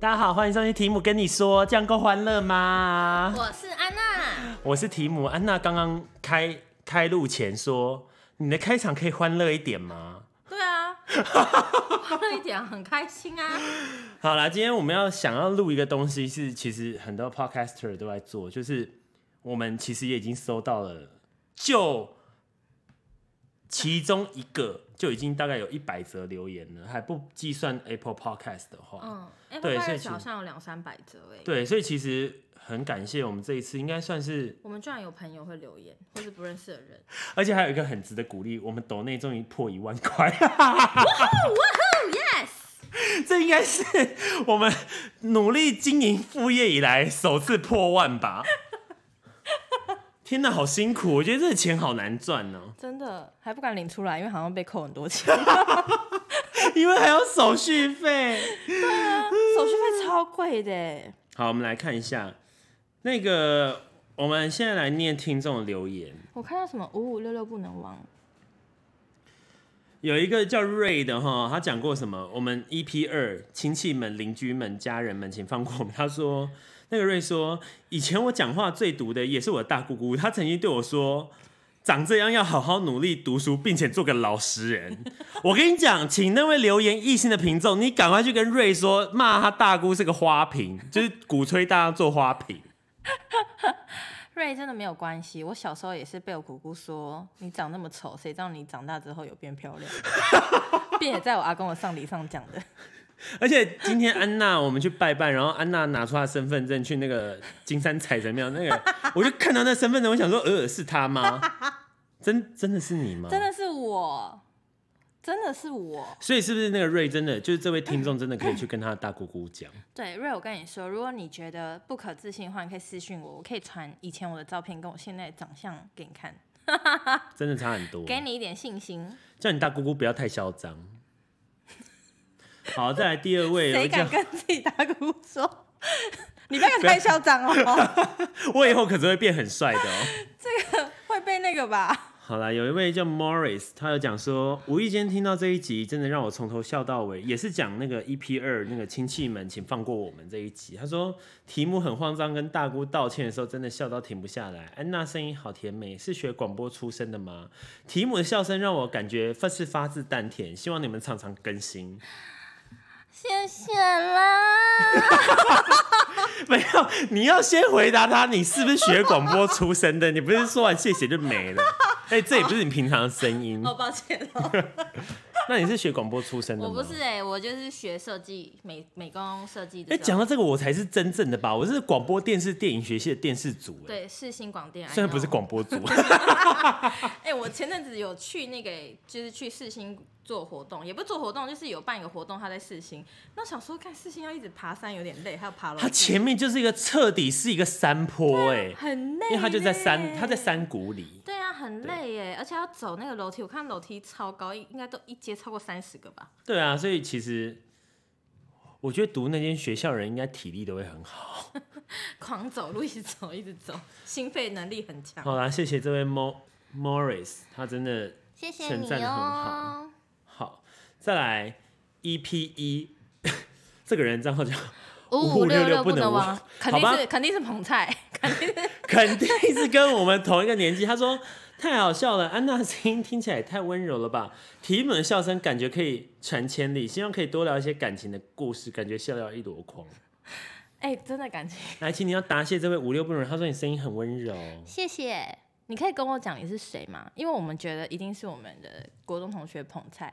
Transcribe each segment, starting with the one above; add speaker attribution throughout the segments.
Speaker 1: 大家好，欢迎收听提姆跟你说，这样够欢乐吗？
Speaker 2: 我是安娜，
Speaker 1: 我是提姆，安娜刚刚开开录前说，你的开场可以欢乐一点吗？
Speaker 2: 对啊， 欢乐一点，很开心啊。
Speaker 1: 好啦，今天我们要想要录一个东西是，其实很多 podcaster 都在做，就是我们其实也已经收到了，就其中一个就已经大概有一百则留言了，还不计算 Apple Podcast 的话，
Speaker 2: 嗯，哎，
Speaker 1: 对
Speaker 2: 我
Speaker 1: 所
Speaker 2: 看
Speaker 1: 以其
Speaker 2: 好像有两三百折哎。
Speaker 1: 对，所以其实很感谢我们这一次，应该算是，
Speaker 2: 我们居然有朋友会留言，或是不认识的人，
Speaker 1: 而且还有一个很值得鼓励，我们抖内终于破一万块， 这应该是我们努力经营副业以来首次破万吧。天哪，好辛苦！我觉得这个钱好难赚哦、
Speaker 2: 真的还不敢领出来，因为好像被扣很多 钱，
Speaker 1: 因为还有手续费。
Speaker 2: 手续费超贵的欸。
Speaker 1: 好，我们来看一下那个，我们现在来念听众的留言。
Speaker 2: 我看到什么五五六六不能忘，
Speaker 1: 有一个叫瑞的哈，他讲过什么？我们 EP 二亲戚们、邻居们、家人们，请放过我们。他说，那个瑞说，以前我讲话最毒的也是我的大姑姑，她曾经对我说，长这样要好好努力读书，并且做个老实人。 我跟你讲，请那位留言异性的品种，你赶快去跟瑞说，骂他大姑是个花瓶，就是鼓吹大家做花瓶。
Speaker 2: 瑞真的没有关系。我小时候也是被我姑姑说你长那么丑，谁知道你长大之后有变漂 亮，并且在我阿公的丧礼上讲的。
Speaker 1: 而且今天安娜我们去拜拜，然后安娜拿出她身份证去那个金山财神庙，那 个我就看到那身份证，我想说，呃，是她吗？真真的是你吗？
Speaker 2: 真。的是我，真的是我。
Speaker 1: 所以是不是那个瑞真的就是这位听众真的可以去跟他的大姑姑讲？
Speaker 2: 对，瑞，我跟你说，如果你觉得不可置信的话，你可以私信我，我可以传以前我的照片跟我现在的长相给你看，
Speaker 1: 真的差很多。
Speaker 2: 给你一点信心。
Speaker 1: 叫你大姑姑不要太嚣 张。好，再来第二位，有
Speaker 2: 谁
Speaker 1: 一
Speaker 2: 敢
Speaker 1: 个
Speaker 2: 跟自己大姑姑说？ 你不要太嚣 张哦，
Speaker 1: 我以后可是会变很帅的哦。
Speaker 2: 会被那个吧？
Speaker 1: 好啦，有一位叫 Morris，他有讲说，无意间听到这一集，真的让我从头笑到尾，也是讲那个 EP 二那个亲戚们，请放过我们这一集。他说题目很慌张，跟大姑道歉的时候，真的笑到停不下来。安娜声音好甜美，是学广播出身的吗？题目的笑声让我感觉发是发自丹田，希望你们常常更新。
Speaker 2: 谢谢啦。
Speaker 1: 没有，你要先回答他，你是不是学广播出身的？你不是说完谢谢就没了？哎、这也不是你平常的声音。
Speaker 2: 哦，抱歉哦，
Speaker 1: 那你是学广播出身的
Speaker 2: 我
Speaker 1: 吗？
Speaker 2: 不是哎、我就是学设计美美工设计
Speaker 1: 哎、
Speaker 2: 的时
Speaker 1: 讲
Speaker 2: 候。
Speaker 1: 到这个，我才是真正的吧？我是广播电视电影学系的电视组、哎，
Speaker 2: 对，是新广电。
Speaker 1: 虽然不是
Speaker 2: I know
Speaker 1: 广播组，
Speaker 2: 哎、我前阵子有去那个，就是去世新做活动，也不是做活动，就是有办一个活动，他在世新。那想说，看世新要一直爬山有点累，还有爬楼
Speaker 1: 它
Speaker 2: 梯，
Speaker 1: 前面就是一个彻底是一个山坡、哎、
Speaker 2: 很累，
Speaker 1: 因为它就在山，它在
Speaker 2: 山。
Speaker 1: 山谷里。
Speaker 2: 对啊，很累耶，而且要走那个楼梯，我看楼梯超高，应应该都一阶超过三十个吧。
Speaker 1: 对啊，所以其实我觉得读那间学校的人应该体力都会很好。
Speaker 2: 狂走路，一直走，一直走，心肺能力很强。
Speaker 1: 好啦，谢谢这位 Mo Morris，他真的
Speaker 2: 谢
Speaker 1: 谢你哦称赞得很好。好。再来 EP 一， 这个人账号叫
Speaker 2: 五五六
Speaker 1: 5566不
Speaker 2: 不
Speaker 1: 能
Speaker 2: 能
Speaker 1: 忘
Speaker 2: 忘，肯
Speaker 1: 好
Speaker 2: 定
Speaker 1: 吧
Speaker 2: 是肯定是彭菜，
Speaker 1: 肯定是跟我们同一个年纪。他说太好笑了，安娜声音听起来也太温柔了吧？提姆的笑声感觉可以传千里，希望可以多聊一些感情的故事，感觉笑掉一箩筐。
Speaker 2: 哎、真的感情。
Speaker 1: 来，请你要答谢这位五六不能，他说你声音很温柔。
Speaker 2: 谢谢。你可以跟我讲你是谁吗？因为我们觉得一定是我们的国中同学捧菜，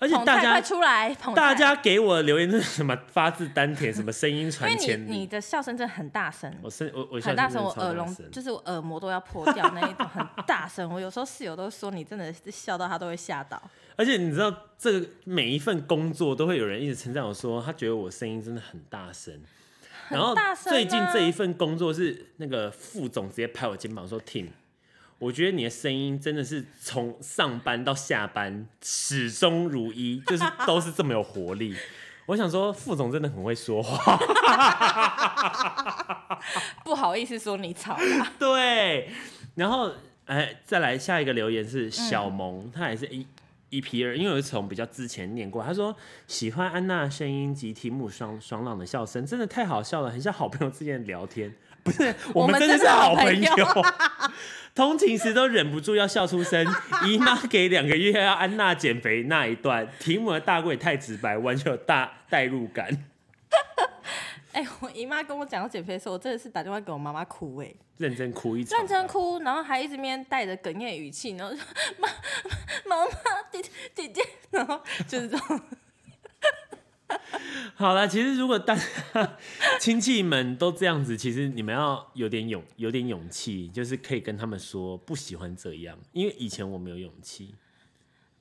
Speaker 1: 而
Speaker 2: 而
Speaker 1: 且大
Speaker 2: 快
Speaker 1: 家
Speaker 2: 出来，捧菜
Speaker 1: 大，家给我的留言是什么发自丹田，什么声音
Speaker 2: 因为
Speaker 1: 传千
Speaker 2: 你你
Speaker 1: 里。
Speaker 2: 的笑声真的很大声，
Speaker 1: 我声我我笑声
Speaker 2: 很大
Speaker 1: 真
Speaker 2: 声，
Speaker 1: 的
Speaker 2: 我
Speaker 1: 超
Speaker 2: 耳
Speaker 1: 大
Speaker 2: 聋
Speaker 1: 声，
Speaker 2: 就是我耳膜都要破掉那一种，很大声。我有时候室友都说你真的是笑到他都会吓到，
Speaker 1: 而且你知道，这个每一份工作都会有人一直称赞我说，他觉得我声音真的很大声。然后
Speaker 2: 大声啊
Speaker 1: 最近这一份工作是那个副总直接拍我肩膀说：“Tim，我觉得你的声音真的是从上班到下班始终如一，就是都是这么有活力。”我想说，副总真的很会说话。
Speaker 2: 不好意思说你吵啦。 嗯
Speaker 1: 对，然后哎，再来下一个留言是小萌，他也是一。一 P 二，因为我是从比较之前念过。他说喜欢安娜的声音及题目爽爽朗的笑声，真的太好笑了，很像好朋友之间的聊 天。不是，我
Speaker 2: 我
Speaker 1: 们
Speaker 2: 们
Speaker 1: 真的
Speaker 2: 真的
Speaker 1: 是好
Speaker 2: 好朋
Speaker 1: 朋友
Speaker 2: 友，
Speaker 1: 通勤时都忍不住要笑出声。姨妈给两个月要安娜减肥那一段，题目的大贵太直白，完全有大代入感，
Speaker 2: 哎、我姨妈跟我讲要减肥的时候，我真的是打电话给我妈妈哭哎、
Speaker 1: 认真哭一场。
Speaker 2: 认真哭，然后还一直面带着哽咽的语气，然后就说妈妈妈妈弟弟弟弟，然后就是这种，
Speaker 1: 好了，其实如果大家 亲戚们都这样子，其实你们要有点勇，有点勇气，就是可以跟他们说不喜欢这样，因为以前我没有勇气。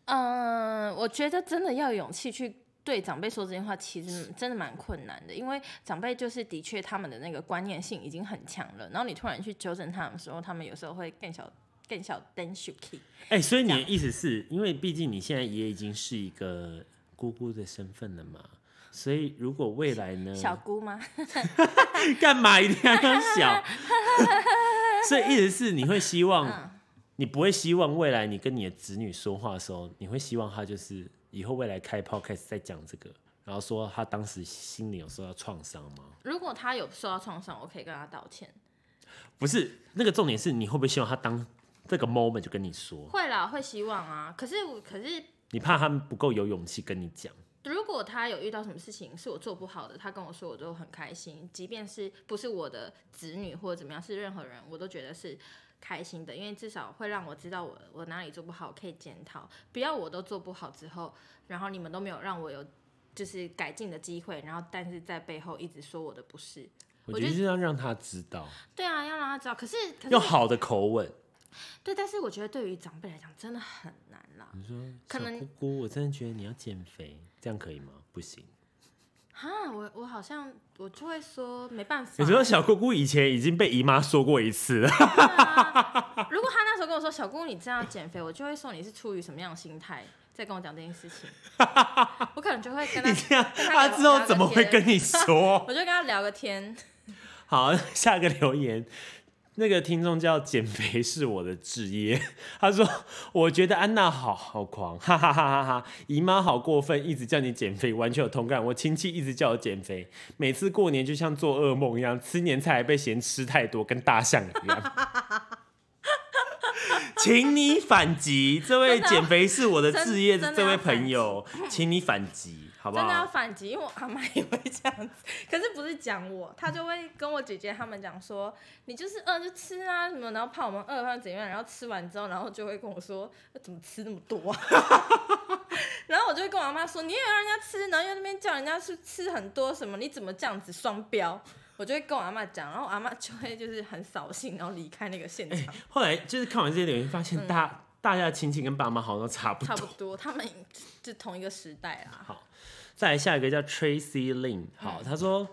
Speaker 2: 嗯、我觉得真的要有勇气去。对长辈说这些话，其实真的蛮困难的，因为长辈就是的确他们的那个观念性已经很强了，然后你突然去纠正他们的时候，他们有时候会更小、更小、更小气。
Speaker 1: 哎、所以你的
Speaker 2: 这样
Speaker 1: 意思是因为毕竟你现在也已经是一个姑姑的身份了嘛，所以如果未来呢，
Speaker 2: 小姑吗？
Speaker 1: 干嘛一定要当小？所以意思是你会希
Speaker 2: 嗯
Speaker 1: 望，你不会希望未来你跟你的子女说话的时候，你会希望他就是以后未来开 podcast 在讲这个，然后说他当时心里有受到创伤吗？
Speaker 2: 如果他有受到创伤，我可以跟他道歉。
Speaker 1: 不是，那个重点是你会不会希望他当这个 moment 就跟你说？
Speaker 2: 会啦，会希望啊。可是我，可是
Speaker 1: 你怕他们不够有勇气跟你讲？
Speaker 2: 如果他有遇到什么事情是我做不好的，他跟我说，我都很开心。即便是不是我的子女或者怎么样，是任何人，我都觉得是开心的，因为至少会让我知道我我哪里做不好，可以检讨。不要我都做不好之后，然后你们都没有让我有就是改进的机会，然后但是在背后一直说我的不是。
Speaker 1: 我
Speaker 2: 我
Speaker 1: 觉得
Speaker 2: 觉得
Speaker 1: 是要让他知道，
Speaker 2: 对啊，要让他知道。可是，可是
Speaker 1: 用好的口吻。
Speaker 2: 对，但是我觉得对于长辈来讲真的很难啦。
Speaker 1: 你说，
Speaker 2: 可
Speaker 1: 小
Speaker 2: 能
Speaker 1: 姑姑，我真的觉得你要减肥，这样可以吗？不行。
Speaker 2: 哈，我我好像我就会说没办法。
Speaker 1: 你说小姑姑以前已经被姨妈说过一次了，
Speaker 2: 如果他那时候跟我说小姑你这样减肥，我就会说你是出于什么样的心态在跟我讲这件事情，我可能就会 跟他
Speaker 1: 你这样，
Speaker 2: 跟
Speaker 1: 她
Speaker 2: 他聊
Speaker 1: 之后怎么会？
Speaker 2: 聊个
Speaker 1: 跟
Speaker 2: 天
Speaker 1: 你说？
Speaker 2: 我就跟他聊个天，
Speaker 1: 好，下个留言，那个听众叫减肥是我的职业， 他说我觉得安娜好好狂， 哈哈哈哈哈！姨妈好过分，一直叫你减肥，完全有同感。我亲戚一直叫我减肥，每次过年就像做噩梦一样，吃年菜还被嫌吃太多，跟大象一样。 请你反击，这位减肥是我的职业，
Speaker 2: 啊真的
Speaker 1: 这位
Speaker 2: 要反
Speaker 1: 朋友，请你反击，好不
Speaker 2: 真的要
Speaker 1: 好？
Speaker 2: 反击，因为我阿妈也会这样子，可是不是讲我，她就会跟我姐姐他们讲说，你就是饿就吃啊什么，然后怕我们饿，怕怎样，然后吃完之后，然后就会跟我说，呃怎么吃那么多、 啊？然后我就会跟我阿妈说，你也让人家吃，然后又那边叫人家去吃很多什么，你怎么这样子双标？我就会跟我阿妈讲，然后我阿妈就会就是很扫兴，然后离开那个现场。
Speaker 1: 后来就是看完这些留言，发现大、大家的亲戚跟爸妈好像都嗯差不
Speaker 2: 差
Speaker 1: 多。
Speaker 2: 不多，他们就同一个时代啦。
Speaker 1: 再来下一个叫 Tracy Lin，好，他说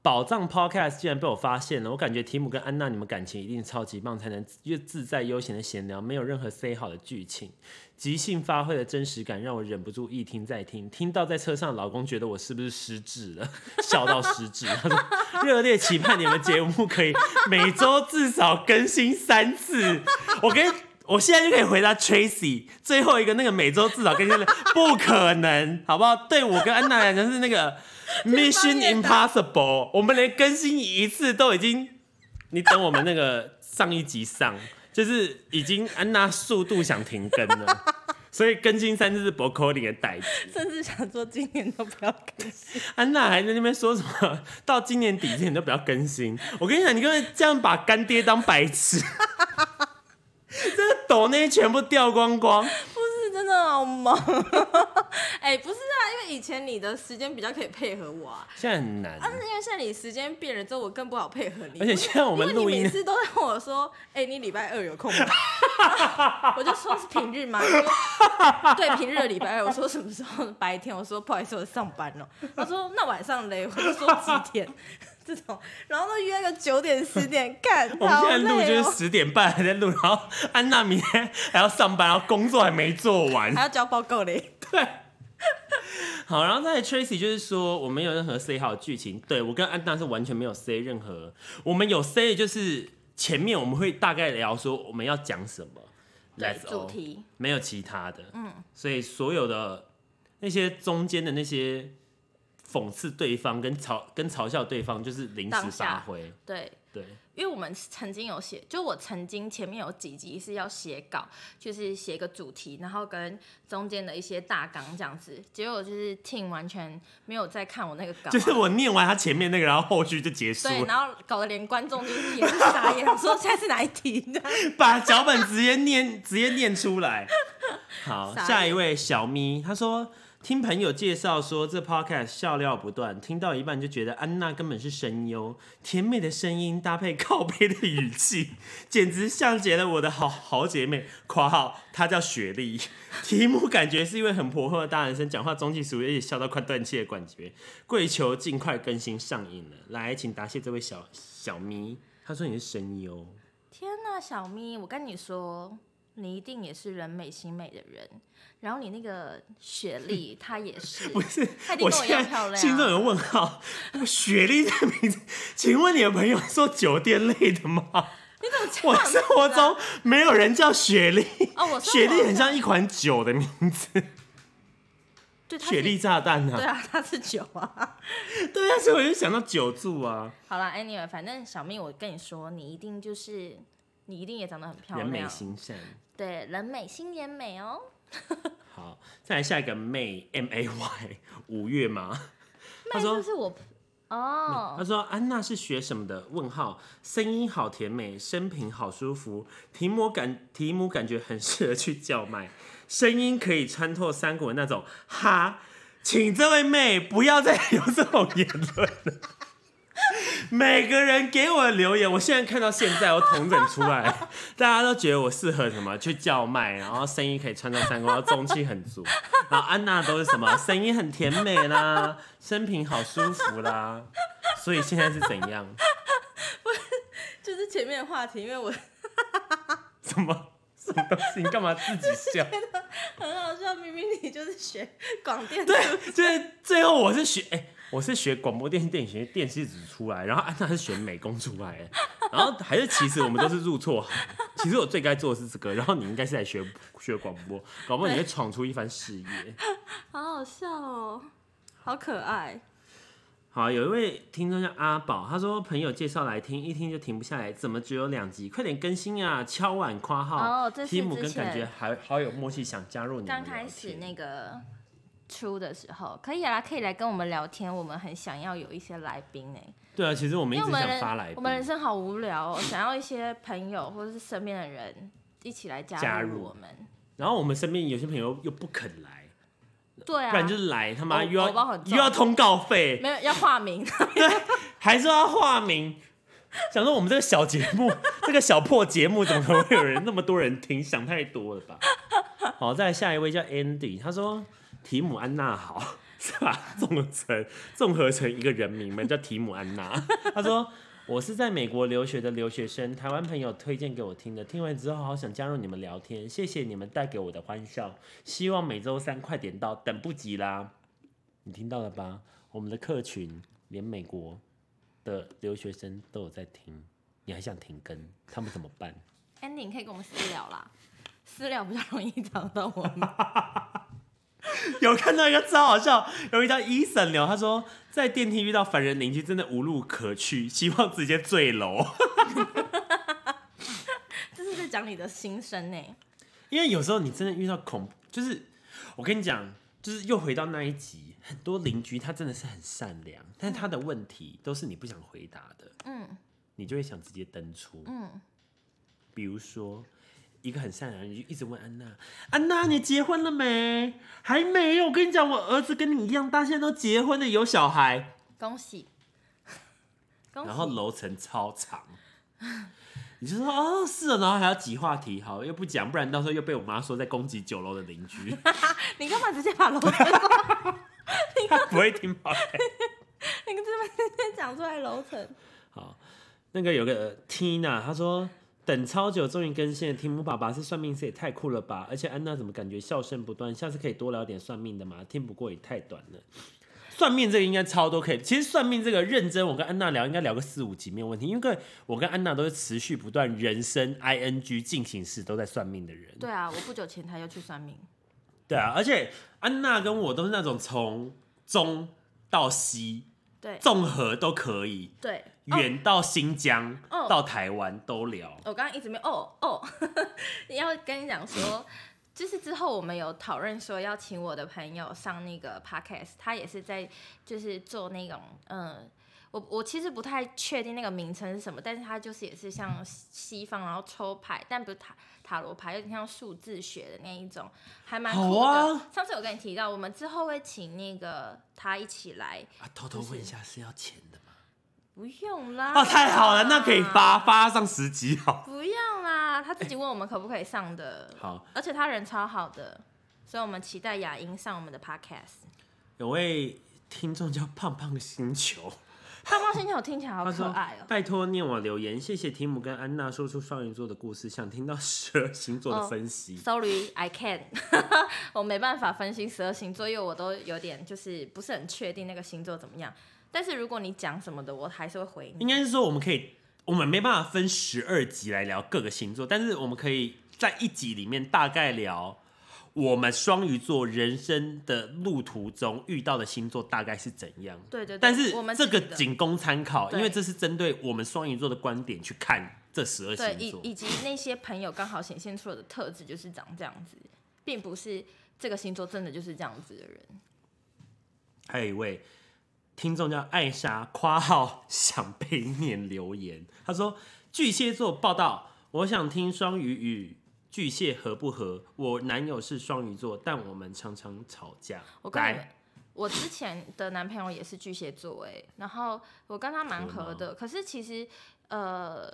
Speaker 1: 宝藏 Podcast 竟然被我发现了，我感觉提姆跟安娜你们感情一定超级棒，才能越自在悠闲的闲聊，没有任何 say 好的剧情，即兴发挥的真实感让我忍不住一听再听，听到在车上老公觉得我是不是失智了，笑到失智，他说热烈期盼你们节目可以每周至少更新三次，我跟。我现在就可以回答 Tracy 最后一个那个每周至少更新的，不可能，好不好？对我跟安娜来讲是那个 Mission
Speaker 2: 面
Speaker 1: Impossible，我们连更新一次都已经，你等我们那个上一集上，就是已经安娜速度想停更了，所以更新三次是 b r o c o l i 的代替。
Speaker 2: 甚至想说今年都不要更新。
Speaker 1: 安娜还在那边说什么？到今年底之前都不要更新。我跟你讲，你根本这样把干爹当白痴，真的抖那些全部掉光光。
Speaker 2: 不是真的好忙， 哎、不是啊，因为以前你的时间比较可以配合我啊，
Speaker 1: 现在很难，
Speaker 2: 但是因为现在你时间变了之后，我更不好配合你。
Speaker 1: 而且现在我
Speaker 2: 因
Speaker 1: 们
Speaker 2: 为你
Speaker 1: 录
Speaker 2: 每
Speaker 1: 音，
Speaker 2: 次都在问我说，哎、你礼拜二有空吗？ 我就说是平日吗？因为对，平日的礼拜二。我说什么时候？白天。我说不好意思，我上班了。他说那晚上嘞？我就说几点？ 这种，然后都约个九点十点，干，
Speaker 1: 我们
Speaker 2: 好
Speaker 1: 现在录
Speaker 2: 累
Speaker 1: 就
Speaker 2: 哦
Speaker 1: 是十点半还在录，然后安娜明天还要上班，然后工作还没做完
Speaker 2: 还。要交报告嘞。
Speaker 1: 好，然后再来 Tracy 就是说，我没有任何 say 好的剧情，对我跟安娜是完全没有 say 任何，我们有 say 的就是前面我们会大概聊说我们要讲什么，
Speaker 2: 对
Speaker 1: That's
Speaker 2: 主
Speaker 1: all
Speaker 2: 题，
Speaker 1: 没有其他的。嗯，所以所有的那些中间的那些讽刺对方跟嘲跟嘲笑对方，就是临时
Speaker 2: 当
Speaker 1: 发
Speaker 2: 下
Speaker 1: 挥。
Speaker 2: 对，
Speaker 1: 对，
Speaker 2: 因为我们曾经有写，就我曾经前面有几集是要写稿，就是写一个主题，然后跟中间的一些大纲这样子。结果就是 Tim 完全没有在看我那个稿啊、
Speaker 1: 就是我念完他前面那个，然后后续就结束
Speaker 2: 对，
Speaker 1: 了，
Speaker 2: 然后搞得连观众就是也是傻眼，想说现在是哪一题呢？
Speaker 1: 把脚本直接念 直接念出来。好，
Speaker 2: 傻眼
Speaker 1: 下一位小咪，他说。听朋友介绍说，这 podcast 笑料不断，听到一半就觉得安娜根本是声优，甜美的声音搭配靠背的语气， 简直像极了我的好好姐妹（括号她叫雪莉）。题目感觉是一位很婆婆的大男生讲话中气十足，而且笑到快断气的感觉。跪求尽快更新上映了，来，请答谢这位小小咪。他说你是声优，
Speaker 2: 天呐，小咪，我跟你说，你一定也是人美心美的人。然后你那个雪莉，她也是，
Speaker 1: 不是
Speaker 2: 她一？定
Speaker 1: 我
Speaker 2: 跟我
Speaker 1: 现
Speaker 2: 一样漂
Speaker 1: 在
Speaker 2: 亮啊
Speaker 1: 心中有问号。雪莉这名字，请问你的朋友做酒店类的 吗？
Speaker 2: 你怎么这
Speaker 1: 我
Speaker 2: 样子
Speaker 1: 生
Speaker 2: 啊
Speaker 1: 活中没有人叫雪莉，
Speaker 2: 哦，我说
Speaker 1: 雪
Speaker 2: 我
Speaker 1: 莉很像一款酒的名字，
Speaker 2: 对她是
Speaker 1: 雪莉炸弹
Speaker 2: 对
Speaker 1: 啊。
Speaker 2: 啊，她是酒啊。
Speaker 1: 对啊，所以我就想到酒柱啊，
Speaker 2: 好啦 a n y w a y 反正小咪，我跟你说，你一定就是，你一定也长得很漂
Speaker 1: 人
Speaker 2: 亮，
Speaker 1: 美心善。
Speaker 2: 对，人美心也美哦。
Speaker 1: 好，再来下一个 May M A Y 五月嘛，他
Speaker 2: 妹
Speaker 1: 说嗯
Speaker 2: 就是我哦，
Speaker 1: 他说安娜是学什么的？问号，声音好甜美，声频好舒服，提姆感提姆感觉很适合去叫卖，声音可以穿透山谷的那种哈。请这位妹不要再有这种言论了。每个人给我的留言，我现在看到现在，我统整出来，大家都觉得我适合什么去叫卖，然后声音可以穿透山谷，然后中气很足，然后安娜都是什么声音很甜美啦，声频好舒服啦。所以现在是怎 样？
Speaker 2: 就是前面的话题，因为我
Speaker 1: 什么什么东西？你干嘛自己 笑？
Speaker 2: 很好笑，明明你就是学广电的，
Speaker 1: 对，就是最后我是学，哎、我是学广播电电影学电视组出来，然后安娜是学美工出来的，然后还是其实我们都是入错 行。其实我最该做的是这个，然后你应该是来学学广播，搞不好你会闯出一番事业。
Speaker 2: 好好笑哦，好可爱。
Speaker 1: 好，有一位听众叫阿宝，他说朋友介绍来听，一听就停不下来，怎么只有两集？快点更新啊！敲碗夸号，
Speaker 2: 哦这是
Speaker 1: 提姆
Speaker 2: 之
Speaker 1: 跟感觉
Speaker 2: 前
Speaker 1: 还好有默契，想加入你们聊
Speaker 2: 刚开始
Speaker 1: 天
Speaker 2: 那个出的时候，可以啦，可以来跟我们聊天，我们很想要有一些来宾哎、
Speaker 1: 对啊，其实我们
Speaker 2: 因
Speaker 1: 一
Speaker 2: 为
Speaker 1: 直
Speaker 2: 我们
Speaker 1: 想
Speaker 2: 人
Speaker 1: 发来宾
Speaker 2: 我们人生好无聊、哦，想要一些朋友或者是身边的人一起来
Speaker 1: 加
Speaker 2: 加
Speaker 1: 入
Speaker 2: 我们。
Speaker 1: 然后我们身边有些朋友又不肯来，
Speaker 2: 对啊，
Speaker 1: 不然就是来他妈
Speaker 2: 偶
Speaker 1: 又要
Speaker 2: 偶包很重
Speaker 1: 又要通告费，
Speaker 2: 没有要化名，
Speaker 1: 还说要化名。想说我们这个小节目，这个小破节目，怎么可能会有人那么多人听？想太多了吧？好，再来下一位叫 Andy，他说提姆安娜好，是吧？ 综合成综合成一个人名们叫提姆安娜。他说我是在美国留学的留学生，台湾朋友推荐给我听的，听完之后好想加入你们聊天，谢谢你们带给我的欢笑，希望每周三快点到，等不及啦。你听到了吧？我们的客群连美国的留学生都有在听，你还想停更，他们怎么办？
Speaker 2: Andy，你可以跟我们私聊啦，私聊比较容易找到我 们。
Speaker 1: 有看到一个超好笑，有一张医生聊，他说在电梯遇到烦人邻居真的无路可去，希望直接坠楼。
Speaker 2: 这是在讲你的心声呢、
Speaker 1: 因为有时候你真的遇到恐怖，就是我跟你讲，就是又回到那一集，很多邻居他真的是很善良，但他的问题都是你不想回答的，
Speaker 2: 嗯
Speaker 1: 你就会想直接登出。
Speaker 2: 嗯，
Speaker 1: 比如说一个很善良的人就一直问安娜：“安娜，你结婚了没？还没有。我跟你讲，我儿子跟你一样大，现在都结婚了，有小孩。
Speaker 2: 恭 喜，恭喜。
Speaker 1: 然后楼层超长， 你就说哦是哦，然后还要挤话题，好又不讲，不然到时候又被我妈说在攻击九楼的邻居，
Speaker 2: 你干嘛直接把楼层？
Speaker 1: 她 不会听吧？
Speaker 2: 你干嘛直接讲出来楼层？
Speaker 1: 好，那个有个呃 Tina，她说等超久终于更新了。提姆爸爸是算命师，也太酷了吧！而且安娜怎么感觉笑声不断？下次可以多聊点算命的嘛，听不过也太短了。算命这个应该超多可以。其实算命这个认真，我跟安娜聊应该聊个四五集没有问题，因为我跟安娜都是持续不断人生 I N G 进行式都在算命的人。
Speaker 2: 对啊，我不久前他又去算命，
Speaker 1: 对啊，而且安娜跟我都是那种从中到西
Speaker 2: 对
Speaker 1: 综合都可以，
Speaker 2: 对，哦
Speaker 1: 远到新疆、
Speaker 2: 哦
Speaker 1: 到台湾都聊。
Speaker 2: 我刚刚一直没有哦哦， 要跟你讲说，就是之后我们有讨论说要请我的朋友上那个 podcast，他也是在就是做那种嗯。我我其实不太确定那个名称是什么，但是他就是也是像西方，然后抽牌，但不是塔塔罗牌，有点像数字学的那一种，还蛮酷的。
Speaker 1: 好啊
Speaker 2: 上次有跟你提到，我们之后会请那个他一起来，
Speaker 1: 啊，偷偷问一下是要钱的吗？
Speaker 2: 不用啦。
Speaker 1: 啊，太好了，那可以
Speaker 2: 啊
Speaker 1: 发发上十集哦好。
Speaker 2: 不用啦，他自己问我们可不可以上的。
Speaker 1: 好，
Speaker 2: 而且他人超好的，所以我们期待雅音上我们的 podcast。
Speaker 1: 有位听众叫胖胖星球，
Speaker 2: 胖胖星球听起来 好
Speaker 1: 他
Speaker 2: 可
Speaker 1: 说
Speaker 2: 爱哦、：“
Speaker 1: 拜托念我留言，谢谢提姆跟安娜说出双鱼座的故事，想听到十二星座的分析。
Speaker 2: Sorry, I can，我 没办法分析十二星座，因为我都有点就是不是很确定那个星座怎么样。但是如果你讲什么的，我还是会回你。
Speaker 1: 应该是说我们可以，我们没办法分十二集来聊各个星座，但是我们可以在一集里面大概聊我们双鱼座人生的路途中遇到的星座大概是怎样。
Speaker 2: 对对对，
Speaker 1: 但是
Speaker 2: 我们
Speaker 1: 这个
Speaker 2: 自己的
Speaker 1: 仅供参考，
Speaker 2: 对
Speaker 1: 因为这是针对我们双鱼座的观点去看这十二
Speaker 2: 对
Speaker 1: 星
Speaker 2: 以
Speaker 1: 座。
Speaker 2: 以及那些朋友刚好显现出我的特质就是长这样子，并不是这个星座真的就是这样子的人。
Speaker 1: 还有一位听众叫艾莎，夸号 想被念留言，他说巨蟹座报道，我想听双鱼与巨蟹合不合？我男友是双鱼座，但我们常常吵架。
Speaker 2: 我跟你们
Speaker 1: 来，，
Speaker 2: 我之前的男朋友也是巨蟹座哎、然后我跟他蛮合的，可是其实呃，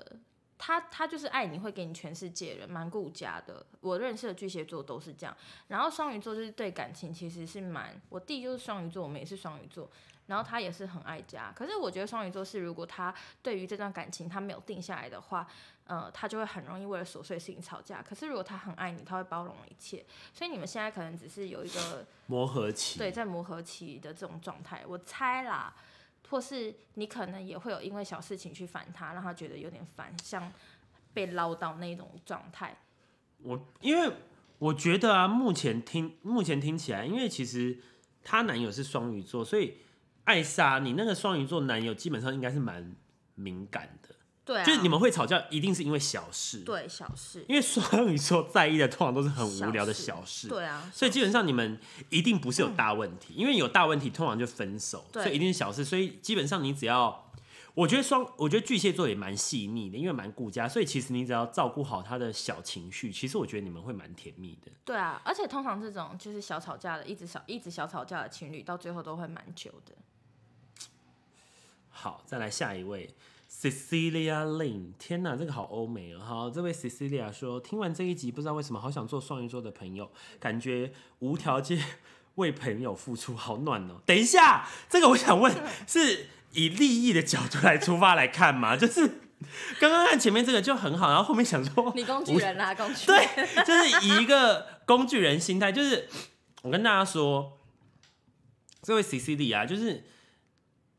Speaker 2: 他他就是爱你会给你全世界人，蛮顾家的。我认识的巨蟹座都是这样，然后双鱼座就是对感情其实是蛮，我弟就是双鱼座，我们也是双鱼座。然后他也是很爱家，可是我觉得双鱼座是，如果他对于这段感情他没有定下来的话，呃，他就会很容易为了琐碎事情吵架。可是如果他很爱你，他会包容一切。所以你们现在可能只是有一个
Speaker 1: 磨合期，
Speaker 2: 对，在磨合期的这种状态，我猜啦，或是你可能也会有因为小事情去烦他，让他觉得有点烦，像被唠叨那种状态。
Speaker 1: 我因为我觉得啊，目前听目前听起来，因为其实她男友是双鱼座，所以艾莎，你那个双鱼座男友基本上应该是蛮敏感的，
Speaker 2: 对、啊，
Speaker 1: 就是你们会吵架，一定是因为小事。
Speaker 2: 对小事，
Speaker 1: 因为双鱼座在意的通常都是很无聊的小事，
Speaker 2: 对啊，
Speaker 1: 所以基本上你们一定不是有大问题，因为有大问题通常就分手，
Speaker 2: 对
Speaker 1: 所以一定是小事，所以基本上你只要，我觉得双，我觉得巨蟹座也蛮细腻的，因为蛮顾家，所以其实你只要照顾好他的小情绪，其实我觉得你们会蛮甜蜜的。
Speaker 2: 对啊，而且通常这种就是小吵架的，一直小一直小吵架的情侣，到最后都会蛮久的。
Speaker 1: 好，再来下一位，Cecilia Lin。天哪，这个好欧美哦！好，这位 Cecilia 说，听完这一集，不知道为什么好想做双鱼座的朋友，感觉无条件为朋友付出，好暖哦。等一下，这个我想 问，是以利益的角度来出发来看吗？就是刚刚看前面这个就很好，然后后面想说，
Speaker 2: 你工具 人啦、工具人
Speaker 1: 对，就是以一个工具人心态，就是我跟大家说，这位 C C D 啊，就是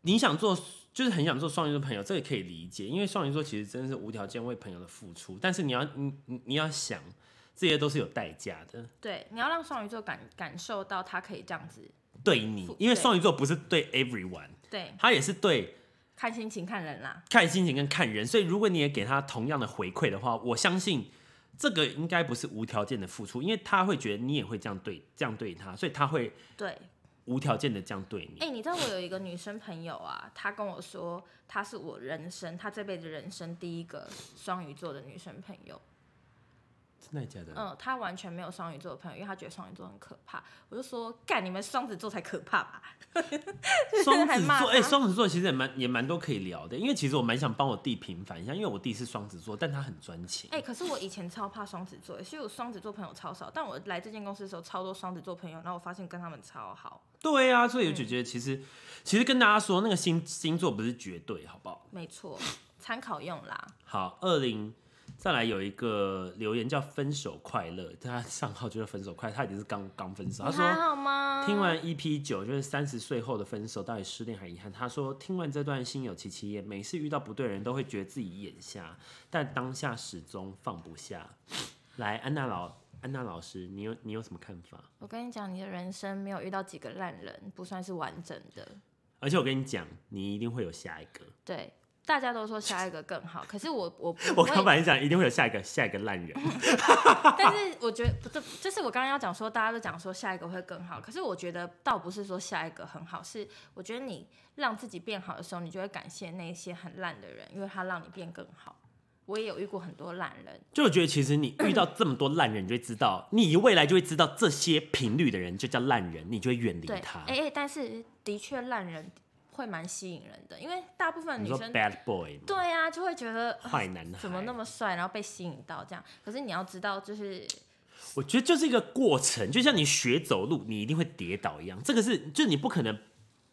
Speaker 1: 你想做，就是很想做双鱼座朋友，这个可以理解，因为双鱼座其实真的是无条件为朋友的付出，但是你要你你你要想，这些都是有代价的，
Speaker 2: 对，你要让双鱼座感感受到他可以这样子，
Speaker 1: 对你
Speaker 2: 付，
Speaker 1: 因为
Speaker 2: 对
Speaker 1: 双鱼座不是对 everyone，
Speaker 2: 对，
Speaker 1: 他也是对。
Speaker 2: 看心情看人啦，
Speaker 1: 看心情跟看人，所以如果你也给他同样的回馈的话，我相信这个应该不是无条件的付出，因为他会觉得你也会这样对这样对他，所以他会
Speaker 2: 对，
Speaker 1: 无条件的这样对你。
Speaker 2: 哎、你知道我有一个女生朋友啊，她跟我说，她是我人生，她这辈子人生第一个双鱼座的女生朋友。
Speaker 1: 真的假的？
Speaker 2: 嗯，她完全没有双鱼座的朋友，因为她觉得双鱼座很可怕。我就说，干，你们双子座才可怕吧？
Speaker 1: 双
Speaker 2: 还
Speaker 1: 子
Speaker 2: 骂
Speaker 1: 座，
Speaker 2: 他
Speaker 1: 哎、双子座其实也蛮也蛮多可以聊的，因为其实我蛮想帮我弟平反一下，因为我弟是双子座，但他很专情。
Speaker 2: 哎、可是我以前超怕双子座，所以我双子座朋友超少。但我来这间公司的时候，超多双子座朋友，然后我发现跟他们超好。
Speaker 1: 对啊，所以我就觉得其实、
Speaker 2: 嗯
Speaker 1: 其实跟大家说，那个星星座不是绝对，好不好？
Speaker 2: 没错，参考用啦。
Speaker 1: 好，二零再来有一个留言叫“分手快乐”， 他上号就是“分手快乐”，他已经是刚刚分手。他
Speaker 2: 你还
Speaker 1: 说
Speaker 2: 好吗？
Speaker 1: 听完 EP 九，就是三十岁后的分手，到底失恋还遗憾？他说听完这段心有戚戚焉，每次遇到不对的人都会觉得自己眼瞎，但当下始终放不下。来，安娜老安娜老师，你有你有什么看法？
Speaker 2: 我跟你讲，你的人生没有遇到几个烂人，不算是完整的。
Speaker 1: 而且我跟你讲，你一定会有下一个。
Speaker 2: 对，大家都说下一个更好，可是我我不
Speaker 1: 我
Speaker 2: 会
Speaker 1: 刚本来讲一定会有下一个下一个烂人，
Speaker 2: 但是我觉得不对，就是我刚刚要讲说，大家都讲说下一个会更好，可是我觉得倒不是说下一个很好，是我觉得你让自己变好的时候，你就会感谢那些很烂的人，因为他让你变更好。我也有遇过很多烂人，
Speaker 1: 就我觉得其实你遇到这么多烂人，你就会知道，你未来就会知道这些频率的人就叫烂人，你就会远离
Speaker 2: 对，
Speaker 1: 他。
Speaker 2: 哎、哎，但是的确烂人会蛮吸引人的，因为大部分
Speaker 1: 你
Speaker 2: 女
Speaker 1: 说
Speaker 2: 生
Speaker 1: bad boy 吗
Speaker 2: 对啊，就会觉得呃
Speaker 1: 坏男孩，
Speaker 2: 怎么那？么帅，然后被吸引到这样。可是你要知道，就是
Speaker 1: 我觉得就是一个过程，就像你学走路，你一定会跌倒一样，这个是就是你不可能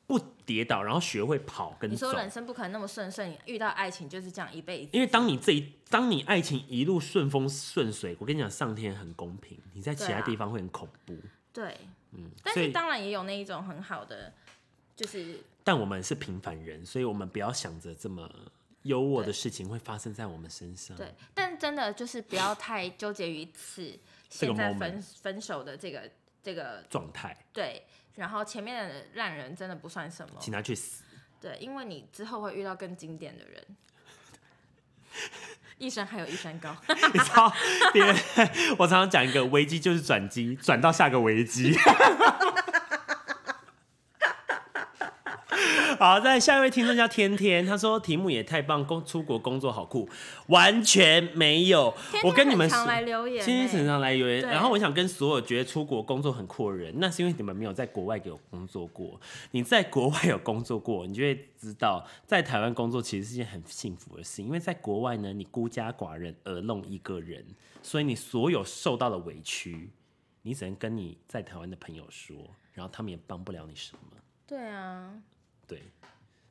Speaker 1: 不跌倒，然后学会跑跟
Speaker 2: 你
Speaker 1: 走
Speaker 2: 说。人生不可能那么顺顺，你遇到爱情就是这样一辈子。
Speaker 1: 因为当你这一当你爱情一路顺风顺水，我跟你讲，上天很公平，你在其
Speaker 2: 对
Speaker 1: 他
Speaker 2: 啊
Speaker 1: 地方会很恐怖。
Speaker 2: 对，
Speaker 1: 嗯所
Speaker 2: 但是
Speaker 1: 以嗯
Speaker 2: 当然也有那一种很好的，就是
Speaker 1: 但我们是平凡人，所以我们不要想着这么优渥的事情会发生在我们身上。
Speaker 2: 对，但真的就是不要太纠结于此
Speaker 1: 这个
Speaker 2: 现在
Speaker 1: moment
Speaker 2: 分分手的这个这个
Speaker 1: 状态，
Speaker 2: 对，然后前面的烂人真的不算什么，
Speaker 1: 请他去死。
Speaker 2: 对，因为你之后会遇到更经典的人。一山还有一 山高，
Speaker 1: 你知道，别人我常常讲一个危机就是转机，转到下个危机。 好，再来下一位听众叫天天，他说题目也太棒，工出国工作好酷，完全没有。
Speaker 2: 天
Speaker 1: 我
Speaker 2: 天
Speaker 1: 跟你
Speaker 2: 很
Speaker 1: 们
Speaker 2: 常
Speaker 1: 说
Speaker 2: 来留言、
Speaker 1: 今天
Speaker 2: 欸，
Speaker 1: 常常来留言，
Speaker 2: 对
Speaker 1: 然后我想跟所有觉得出国工作很酷的人，那是因为你们没有在国外给我工作过。你在国外有工作过，你就会知道，在台湾工作其实是件很幸福的事，因为在国外呢，你孤家寡人，而弄一个人，所以你所有受到的委屈，你只能跟你在台湾的朋友说，然后他们也帮不了你什么。
Speaker 2: 对啊，
Speaker 1: 对，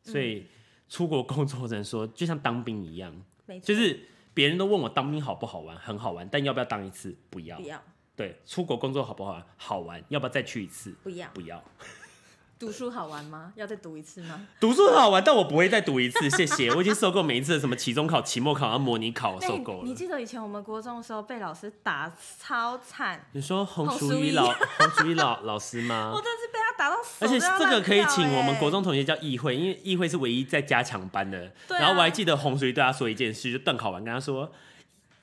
Speaker 1: 所以出国工作只能说，就像当兵一样，
Speaker 2: 没错，
Speaker 1: 就是别人都问我当兵好不好玩，很好玩，但要不要当一次？不要
Speaker 2: 不。要
Speaker 1: 对，出国工作好不好玩？好玩，要不要再去一次？
Speaker 2: 不要
Speaker 1: 不要。
Speaker 2: 读书好玩吗？要再读一次吗？
Speaker 1: 读书很好玩，但我不会再读一次， 谢谢。我已经受够每一次的什么期中考、期末考、然后模拟考，我
Speaker 2: 那
Speaker 1: 受
Speaker 2: 你
Speaker 1: 够
Speaker 2: 你
Speaker 1: 了。
Speaker 2: 记得以前我们国中的时候被老师打超惨，
Speaker 1: 你说洪
Speaker 2: 洪
Speaker 1: 淑
Speaker 2: 淑
Speaker 1: 仪
Speaker 2: 仪
Speaker 1: 老 洪淑仪老老师吗
Speaker 2: 我？真的是被他打到手
Speaker 1: 而且
Speaker 2: 都要烂掉欸。
Speaker 1: 这个可以请我们国中同学叫议会，因为议会是唯一在加强班的。
Speaker 2: 对啊
Speaker 1: 然后我还记得洪淑仪对他说一件事，就段考完跟他说：“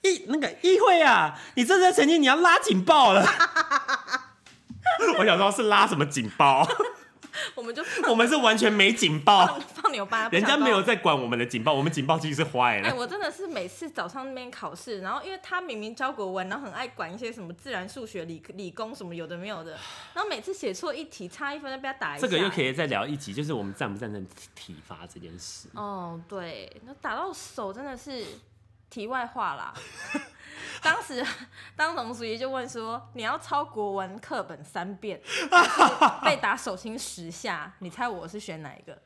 Speaker 1: 议那个议会啊，你这次的成绩你要拉警报了。” 我想说，是拉什么警报？
Speaker 2: 我们就
Speaker 1: 我们是完全没警报。
Speaker 2: 放放牛 班，
Speaker 1: 人家没有
Speaker 2: 不想
Speaker 1: 在管我们的警报，我们警报器是坏
Speaker 2: 报。哎、
Speaker 1: 了。
Speaker 2: 我真的是每次早上那边考试，然后因为他明明教国文，然后很爱管一些什么自然、数学、理理工什么有的没 有的，然后每次写错一题差一分就被他打一下。欸
Speaker 1: 这个又可
Speaker 2: 以。
Speaker 1: 以再聊一集，就是我们赞不赞成体体罚这件事。
Speaker 2: 哦，对，那打到手真的是题外话啦。 当时，当龙淑仪就问说：“你要抄国文课本三遍， 就是被打手心十下，你猜我是选哪一个？”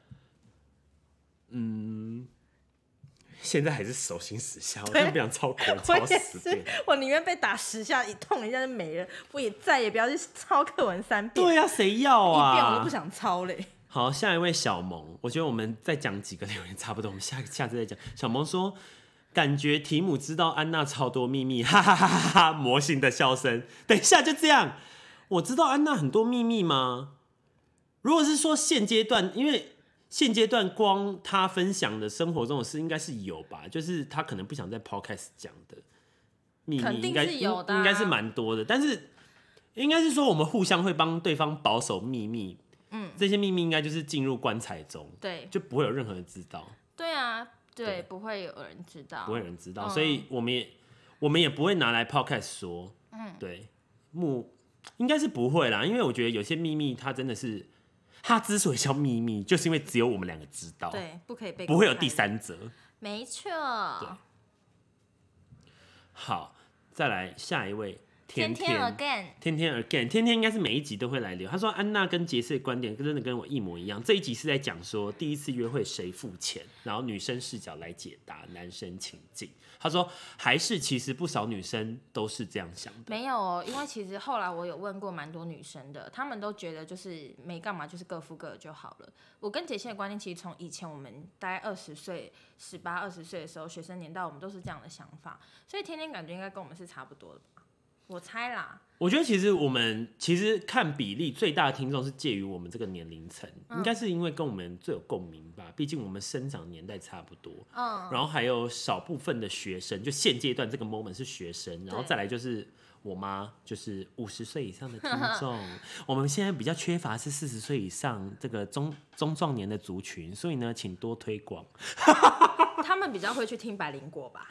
Speaker 1: 现在还是手心死下，我真的不想超国超死遍。，
Speaker 2: 我宁愿被打十下，一痛一下就没了，我也再也不要去抄课文三遍，
Speaker 1: 对呀、谁要
Speaker 2: 一遍我都
Speaker 1: 啊
Speaker 2: 不？想抄 嘞。
Speaker 1: 好，下一位小萌，我觉得我们再讲几个留言差不多，我们下 下次再讲。小萌说，感觉提姆知道安娜超多秘密， 哈哈哈哈哈！魔性的笑声。等一下就这样，我知道安娜很多秘密吗？如果是说现阶段，因为现阶段光她分享的生活中的事，应该是有吧？就是她可能不想在 podcast 讲的秘密，
Speaker 2: 肯定
Speaker 1: 应该
Speaker 2: 是有的啊
Speaker 1: 应该是蛮多的。但是应该是说我们互相会帮对方保守秘密，嗯，这些秘密应该就是进入棺材中，
Speaker 2: 对，
Speaker 1: 就不会有任何人知道。
Speaker 2: 对啊，
Speaker 1: 对
Speaker 2: 对，不会有人知道，
Speaker 1: 不会有人知道，
Speaker 2: 嗯
Speaker 1: 所以我们也我们也不会拿来 podcast 说，嗯，对，目应该是不会啦，因为我觉得有些秘密它真的是，它之所以叫秘密，就是因为只有我们两个知道，
Speaker 2: 对，不可以被
Speaker 1: 不会有
Speaker 2: 公开
Speaker 1: 第，三者。
Speaker 2: 没错。
Speaker 1: 好，再来下一位天
Speaker 2: 天 again，
Speaker 1: 天天 again，天天应该是每一集都会来留。他说安娜跟杰斯的观点真的跟我一模一样。这一集是在讲说第一次约会谁付钱，然后女生视角来解答男生情境。他说还是其实不少女生都是这样想的。
Speaker 2: 没有哦，因为其实后来我有问过蛮多女生的，她们都觉得就是没干嘛，就是各付各的就好了。我跟杰西的观念其实从以前我们大概二十岁、十八、二十岁的时候，学生年代我们都是这样的想法，所以天天感觉应该跟我们是差不多的吧？我猜啦，
Speaker 1: 我觉得其实我们其实看比例最大的听众是介于我们这个年龄层，应该是因为跟我们最有共鸣吧，毕竟我们生长年代差不多。
Speaker 2: 嗯，
Speaker 1: 然后还有少部分的学生，就现阶段这个 moment 是学生，然后再来就是我妈，就是五十岁以上的听众。我们现在比较缺乏是四十岁以上这个中中壮年的族群，所以呢，请多推广。
Speaker 2: 他们比较会去听百灵果吧，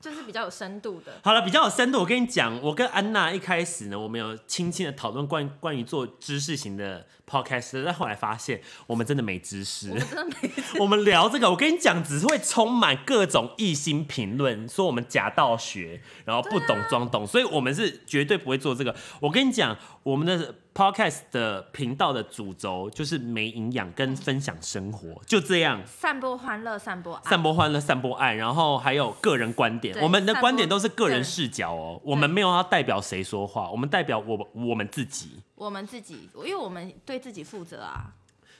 Speaker 2: 就是比较有深度的。
Speaker 1: 好了，比较有深度，我跟你讲，我跟安娜一开始呢，我们有轻轻的讨论关关于做知识型的 podcast，但后来发现我们真的没知识。
Speaker 2: 我真的没，
Speaker 1: 我们聊这个，我跟你讲，只是会充满各种异心评论，说我们假道学，然后不懂装懂，所以我们是绝对不会做这个。我跟你讲，我们的 podcast 的频道的主轴就是没营养跟分享生活，就这样。
Speaker 2: 散播欢乐，散播爱，
Speaker 1: 散播欢乐，散播爱，然后还有个人观点。
Speaker 2: 对
Speaker 1: 我们的
Speaker 2: 散播
Speaker 1: 观点都是个人视角哦，我们没有要代表谁说话，我们代表我我们自己。
Speaker 2: 我们自己，因为我们对自己负责啊。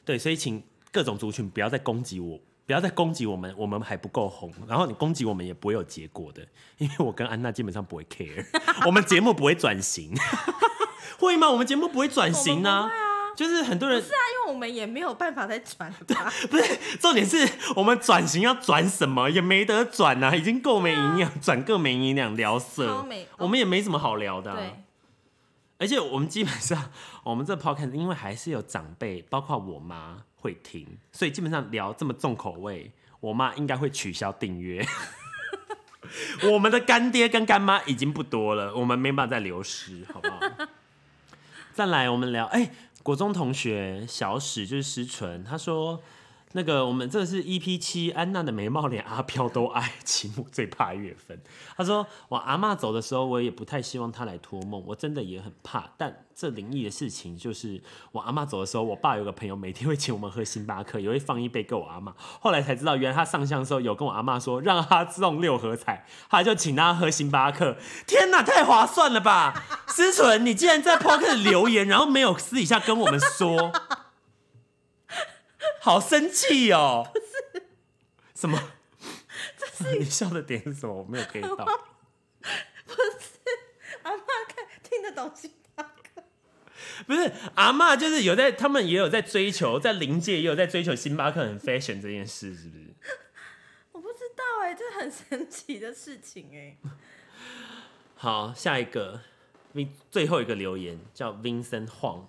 Speaker 1: 对，所以请各种族群不要再攻击我，不要再攻击我们，我们还不够红。然后你攻击我们也不会有结果的，因为我跟安娜基本上不会 care，我们节目不会转型，会吗？我们节目不会转型
Speaker 2: 我
Speaker 1: 呢、
Speaker 2: 们不会啊
Speaker 1: 就是很多人
Speaker 2: 是啊，因为我们也没有办法再转了吧。
Speaker 1: 不是重点是我们转型要转什么，也没得转啊，已经够没营养，转更没营养，聊
Speaker 2: 超
Speaker 1: 色
Speaker 2: 没，
Speaker 1: 我们也没什么好聊的、啊。
Speaker 2: 对，
Speaker 1: 而且我们基本上， 我们这 podcast 因为还是有长辈，包括我妈会听，所以基本上聊这么重口味，我妈应该会取消订阅。 我们的干爹跟干妈已经不多了，我们没办法再流失，好不好？ 再来，我们聊，哎、国中同学小史就是石纯，他说。那个，我们这是 EP 七，安娜的眉毛连阿飘都爱，期末最怕月份。他说：“我阿嬷走的时候，我也不太希望她来托梦，我真的也很怕。但这灵异的事情就是，我阿嬷走的时候，我爸有个朋友每天会请我们喝星巴克，也会放一杯给我阿嬷。后来才知道，原来他上香的时候有跟我阿嬷说，让他中六合彩，他就请他喝星巴克。天哪，太划算了吧！思纯，你竟然在 p o c k e t 留言，然后没有私底下跟我们说，好生气哦！什么？ 你笑的点是什么？我没有 get 到。”
Speaker 2: 阿妈看听得懂星巴克，
Speaker 1: 不是阿嬷就是有在，他们也有在追求，在临界也有在追求星巴克很 fashion 这件事，是不是？
Speaker 2: 我不知道哎、这很 神奇的事情哎、
Speaker 1: 好，下一个，Vin 最后一个留言叫 Vincent Huang，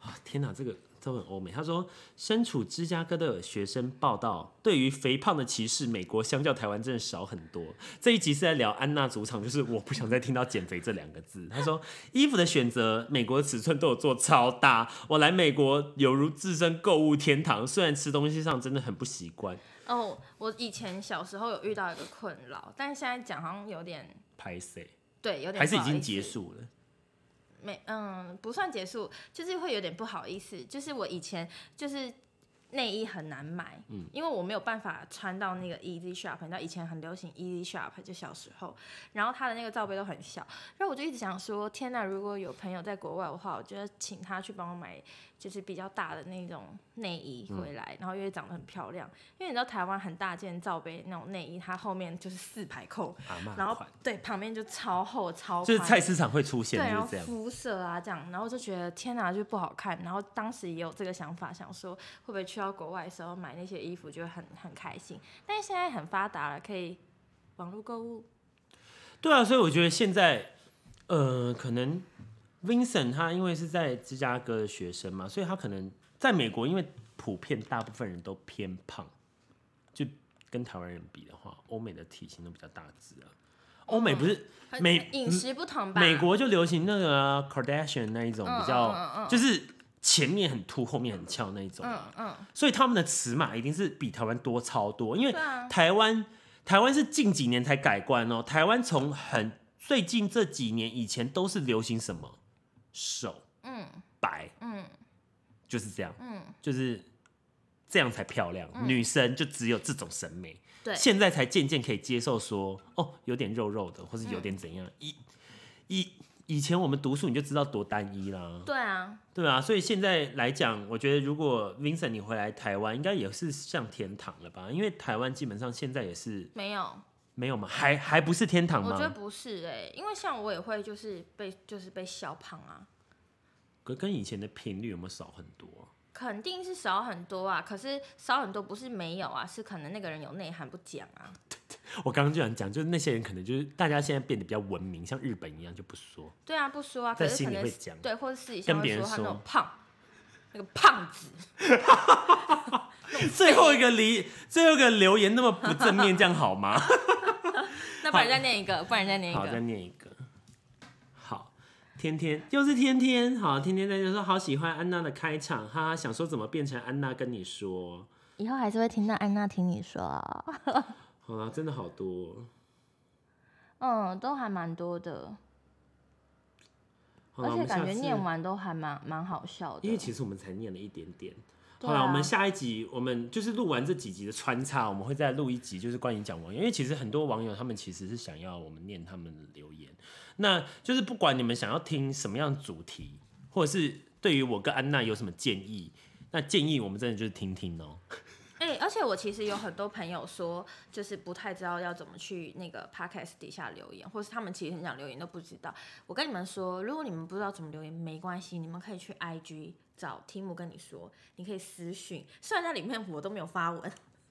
Speaker 1: 啊，天哪，这个都很欧美。他说，身处芝加哥的学生报道，对于肥胖的歧视，美国相较台湾真的少很多。这一集是在聊安娜主场，就是我不想再听到减肥这两个字。他说，衣服的选择，美国尺寸都有做超大，我来美国有如置身购物天堂，虽然吃东西上真的很不习惯，
Speaker 2: 哦，我以前小时候有遇到一个困扰，但现在讲好像有点
Speaker 1: 拍谁
Speaker 2: 对，有点
Speaker 1: 还是已
Speaker 2: 不好
Speaker 1: 经
Speaker 2: 意思
Speaker 1: 结束了。
Speaker 2: 没，嗯，不算结束，就是会有点不好意思。就是我以前就是内衣很难买，
Speaker 1: 嗯
Speaker 2: 因为我没有办法穿到那个 Easy Shop，你知道以前很流行 Easy Shop，就小时候，然后它的那个罩杯都很小，然后我就一直想说，天呐，如果有朋友在国外的话，我觉得请他去帮我买，就是比较大的那种内衣
Speaker 1: 嗯
Speaker 2: 回来，然后因为长得很漂亮，因为你知道台湾很大件罩杯那种内衣，它后面就是四排扣，
Speaker 1: 阿嬷
Speaker 2: 然后
Speaker 1: 款
Speaker 2: 对旁边就超厚超宽，
Speaker 1: 就是菜市场会出现，
Speaker 2: 对，然
Speaker 1: 就
Speaker 2: 后
Speaker 1: 是这样。
Speaker 2: 肤色啊这样，然后就觉得天哪，就不好看。然后当时也有这个想法，想说会不会去到国外的时候买那些衣服就会很很开心。但是现在很发达了，可以网络购物。
Speaker 1: 对啊，所以我觉得现在，呃，可能 Vincent 他因为是在芝加哥的学生嘛，所以他可能在美国，因为普遍大部分人都偏胖，就跟台湾人比的话，欧美的体型都比较大只啊。欧美不是
Speaker 2: 很
Speaker 1: 美
Speaker 2: 呃
Speaker 1: 嗯
Speaker 2: 饮食不同吧？
Speaker 1: 美国就流行那个啊 Kardashian 那一种
Speaker 2: 嗯
Speaker 1: 比较，
Speaker 2: 嗯嗯嗯
Speaker 1: 就是前面很凸，后面很翘那一种啊、
Speaker 2: 嗯嗯，
Speaker 1: 所以他们的尺码一定是比台湾多超多，因为
Speaker 2: 对啊
Speaker 1: 台湾台湾是近几年才改观哦，台湾从很最近这几年以前都是流行什么手
Speaker 2: 嗯
Speaker 1: 白，
Speaker 2: 嗯
Speaker 1: 就是这样，
Speaker 2: 嗯，
Speaker 1: 就是这样才漂亮。女生就只有这种审美，
Speaker 2: 对，
Speaker 1: 现在才渐渐可以接受说，哦，有点肉肉的，或是有点怎
Speaker 2: 嗯
Speaker 1: 样。以以以前我们读书你就知道多单一啦，
Speaker 2: 对啊，
Speaker 1: 对啊，所以现在来讲，我觉得如果 Vincent 你回来台湾，应该也是像天堂了吧？因为台湾基本上现在也是
Speaker 2: 没有，
Speaker 1: 没有嘛，还还不是天堂
Speaker 2: 我觉得
Speaker 1: 吗？
Speaker 2: 不是哎、因为像我也会就是被就是被小胖啊，
Speaker 1: 可跟以前的频率有没有少很多啊、
Speaker 2: 肯定是少很多啊，可是少很多不是没有啊，是可能那个人有内涵不讲啊，
Speaker 1: 我刚刚就想讲，就是那些人可能就是大家现在变得比较文明，像日本一样就不说。
Speaker 2: 对啊，不说啊，
Speaker 1: 在
Speaker 2: 可是
Speaker 1: 心
Speaker 2: 可
Speaker 1: 里
Speaker 2: 能
Speaker 1: 会
Speaker 2: 是
Speaker 1: 讲
Speaker 2: 对，或者私底下
Speaker 1: 跟
Speaker 2: 会
Speaker 1: 别人
Speaker 2: 说他那
Speaker 1: 说
Speaker 2: 种胖，那个胖子，
Speaker 1: 最后一个离最后一个留言那么不正面，这样好吗？
Speaker 2: 那不然再念一个，不然再念一
Speaker 1: 好，再
Speaker 2: 个，
Speaker 1: 念一个。好，天天又是天天，好，天天在就说好喜欢安娜的开场，哈哈，想说怎么变成安娜跟你说，
Speaker 2: 以后还是会听到安娜听你说，啊
Speaker 1: 好啦，真的好多哦，
Speaker 2: 嗯，都还蛮多的，
Speaker 1: 好啦我
Speaker 2: 而且
Speaker 1: 们
Speaker 2: 感
Speaker 1: 下
Speaker 2: 觉
Speaker 1: 次
Speaker 2: 念完都还蛮蛮好笑
Speaker 1: 因为
Speaker 2: 的，
Speaker 1: 其实我们才念了一点点。
Speaker 2: 对
Speaker 1: 好了，
Speaker 2: 啊
Speaker 1: 我们下一集我们就是录完这几集的穿插，我们会再录一集，就是关于讲网友，因为其实很多网友他们其实是想要我们念他们的留言，那就是不管你们想要听什么样的主题，或者是对于我跟安娜有什么建议，那建议我们真的就是听听哦、
Speaker 2: 哎、而且我其实有很多朋友说，就是不太知道要怎么去那个 podcast 底下留言，或是他们其实很想留言都不知道。我跟你们说，如果你们不知道怎么留言，没关系，你们可以去 IG 找 Tim 跟你说，你可以私讯。虽然那里面我都没有发文，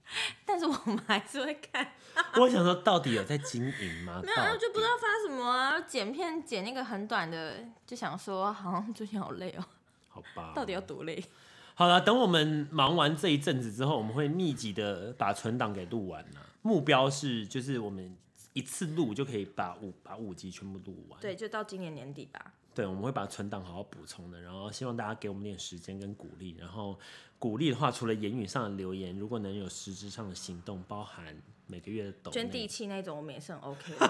Speaker 2: 但是我们还是会看。
Speaker 1: 我想说，到底有在经营吗？
Speaker 2: 没有，然后就不知
Speaker 1: 道
Speaker 2: 道发什么啊，剪片剪那个很短的，就想说好像最近好累哦，
Speaker 1: 底，好吧，
Speaker 2: 到底要多累？
Speaker 1: 好了，等我们忙完这一阵子之后，我们会密集的把存档给录完啦。目标是，就是我们一次录就可以把五把五集全部录完。
Speaker 2: 对，就到今年年底吧。
Speaker 1: 对，我们会把存档好好补充的，然后希望大家给我们点时间跟鼓励。然后鼓励的话，除了言语上的留言，如果能有实质上的行动，包含每个月的抖内
Speaker 2: 捐地契那种，我们也是很 OK 的，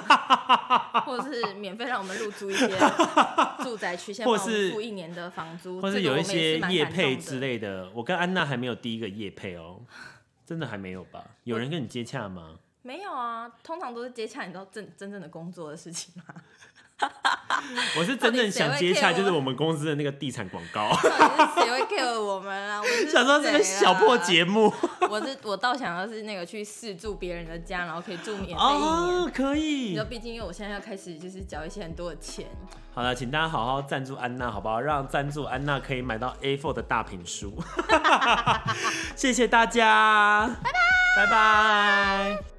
Speaker 2: 或者是免费让我们入租一些住宅区，先帮
Speaker 1: 或
Speaker 2: 我们
Speaker 1: 是
Speaker 2: 付一年的房租，
Speaker 1: 或
Speaker 2: 这
Speaker 1: 是
Speaker 2: 个
Speaker 1: 有
Speaker 2: 我
Speaker 1: 一
Speaker 2: 们也
Speaker 1: 些
Speaker 2: 是蛮
Speaker 1: 业
Speaker 2: 感
Speaker 1: 配
Speaker 2: 动的
Speaker 1: 之。类的。我跟安娜还没有第一个业配哦，真的还没有吧？有人跟你接洽吗？
Speaker 2: 没有啊，通常都是接洽你知道真真正的工作的事情 啊吗？
Speaker 1: 我是真正想接洽，就是我们公司的那个地产广告，
Speaker 2: 到底是谁会 care 我们啊？我们是
Speaker 1: 想说这个
Speaker 2: 谁
Speaker 1: 小
Speaker 2: 啊
Speaker 1: 破，节目
Speaker 2: 我是我倒想要是那个去试住别人的家，然后可以住免费一年。啊
Speaker 1: 哦，可
Speaker 2: 你
Speaker 1: 以
Speaker 2: 知道，。毕竟因为我现在要开始就是缴一些很多的钱，
Speaker 1: 好了，请大家好好赞助安娜，好不好？让赞助安娜可以买到 A4 的大品 书。谢谢大家，拜拜，拜拜。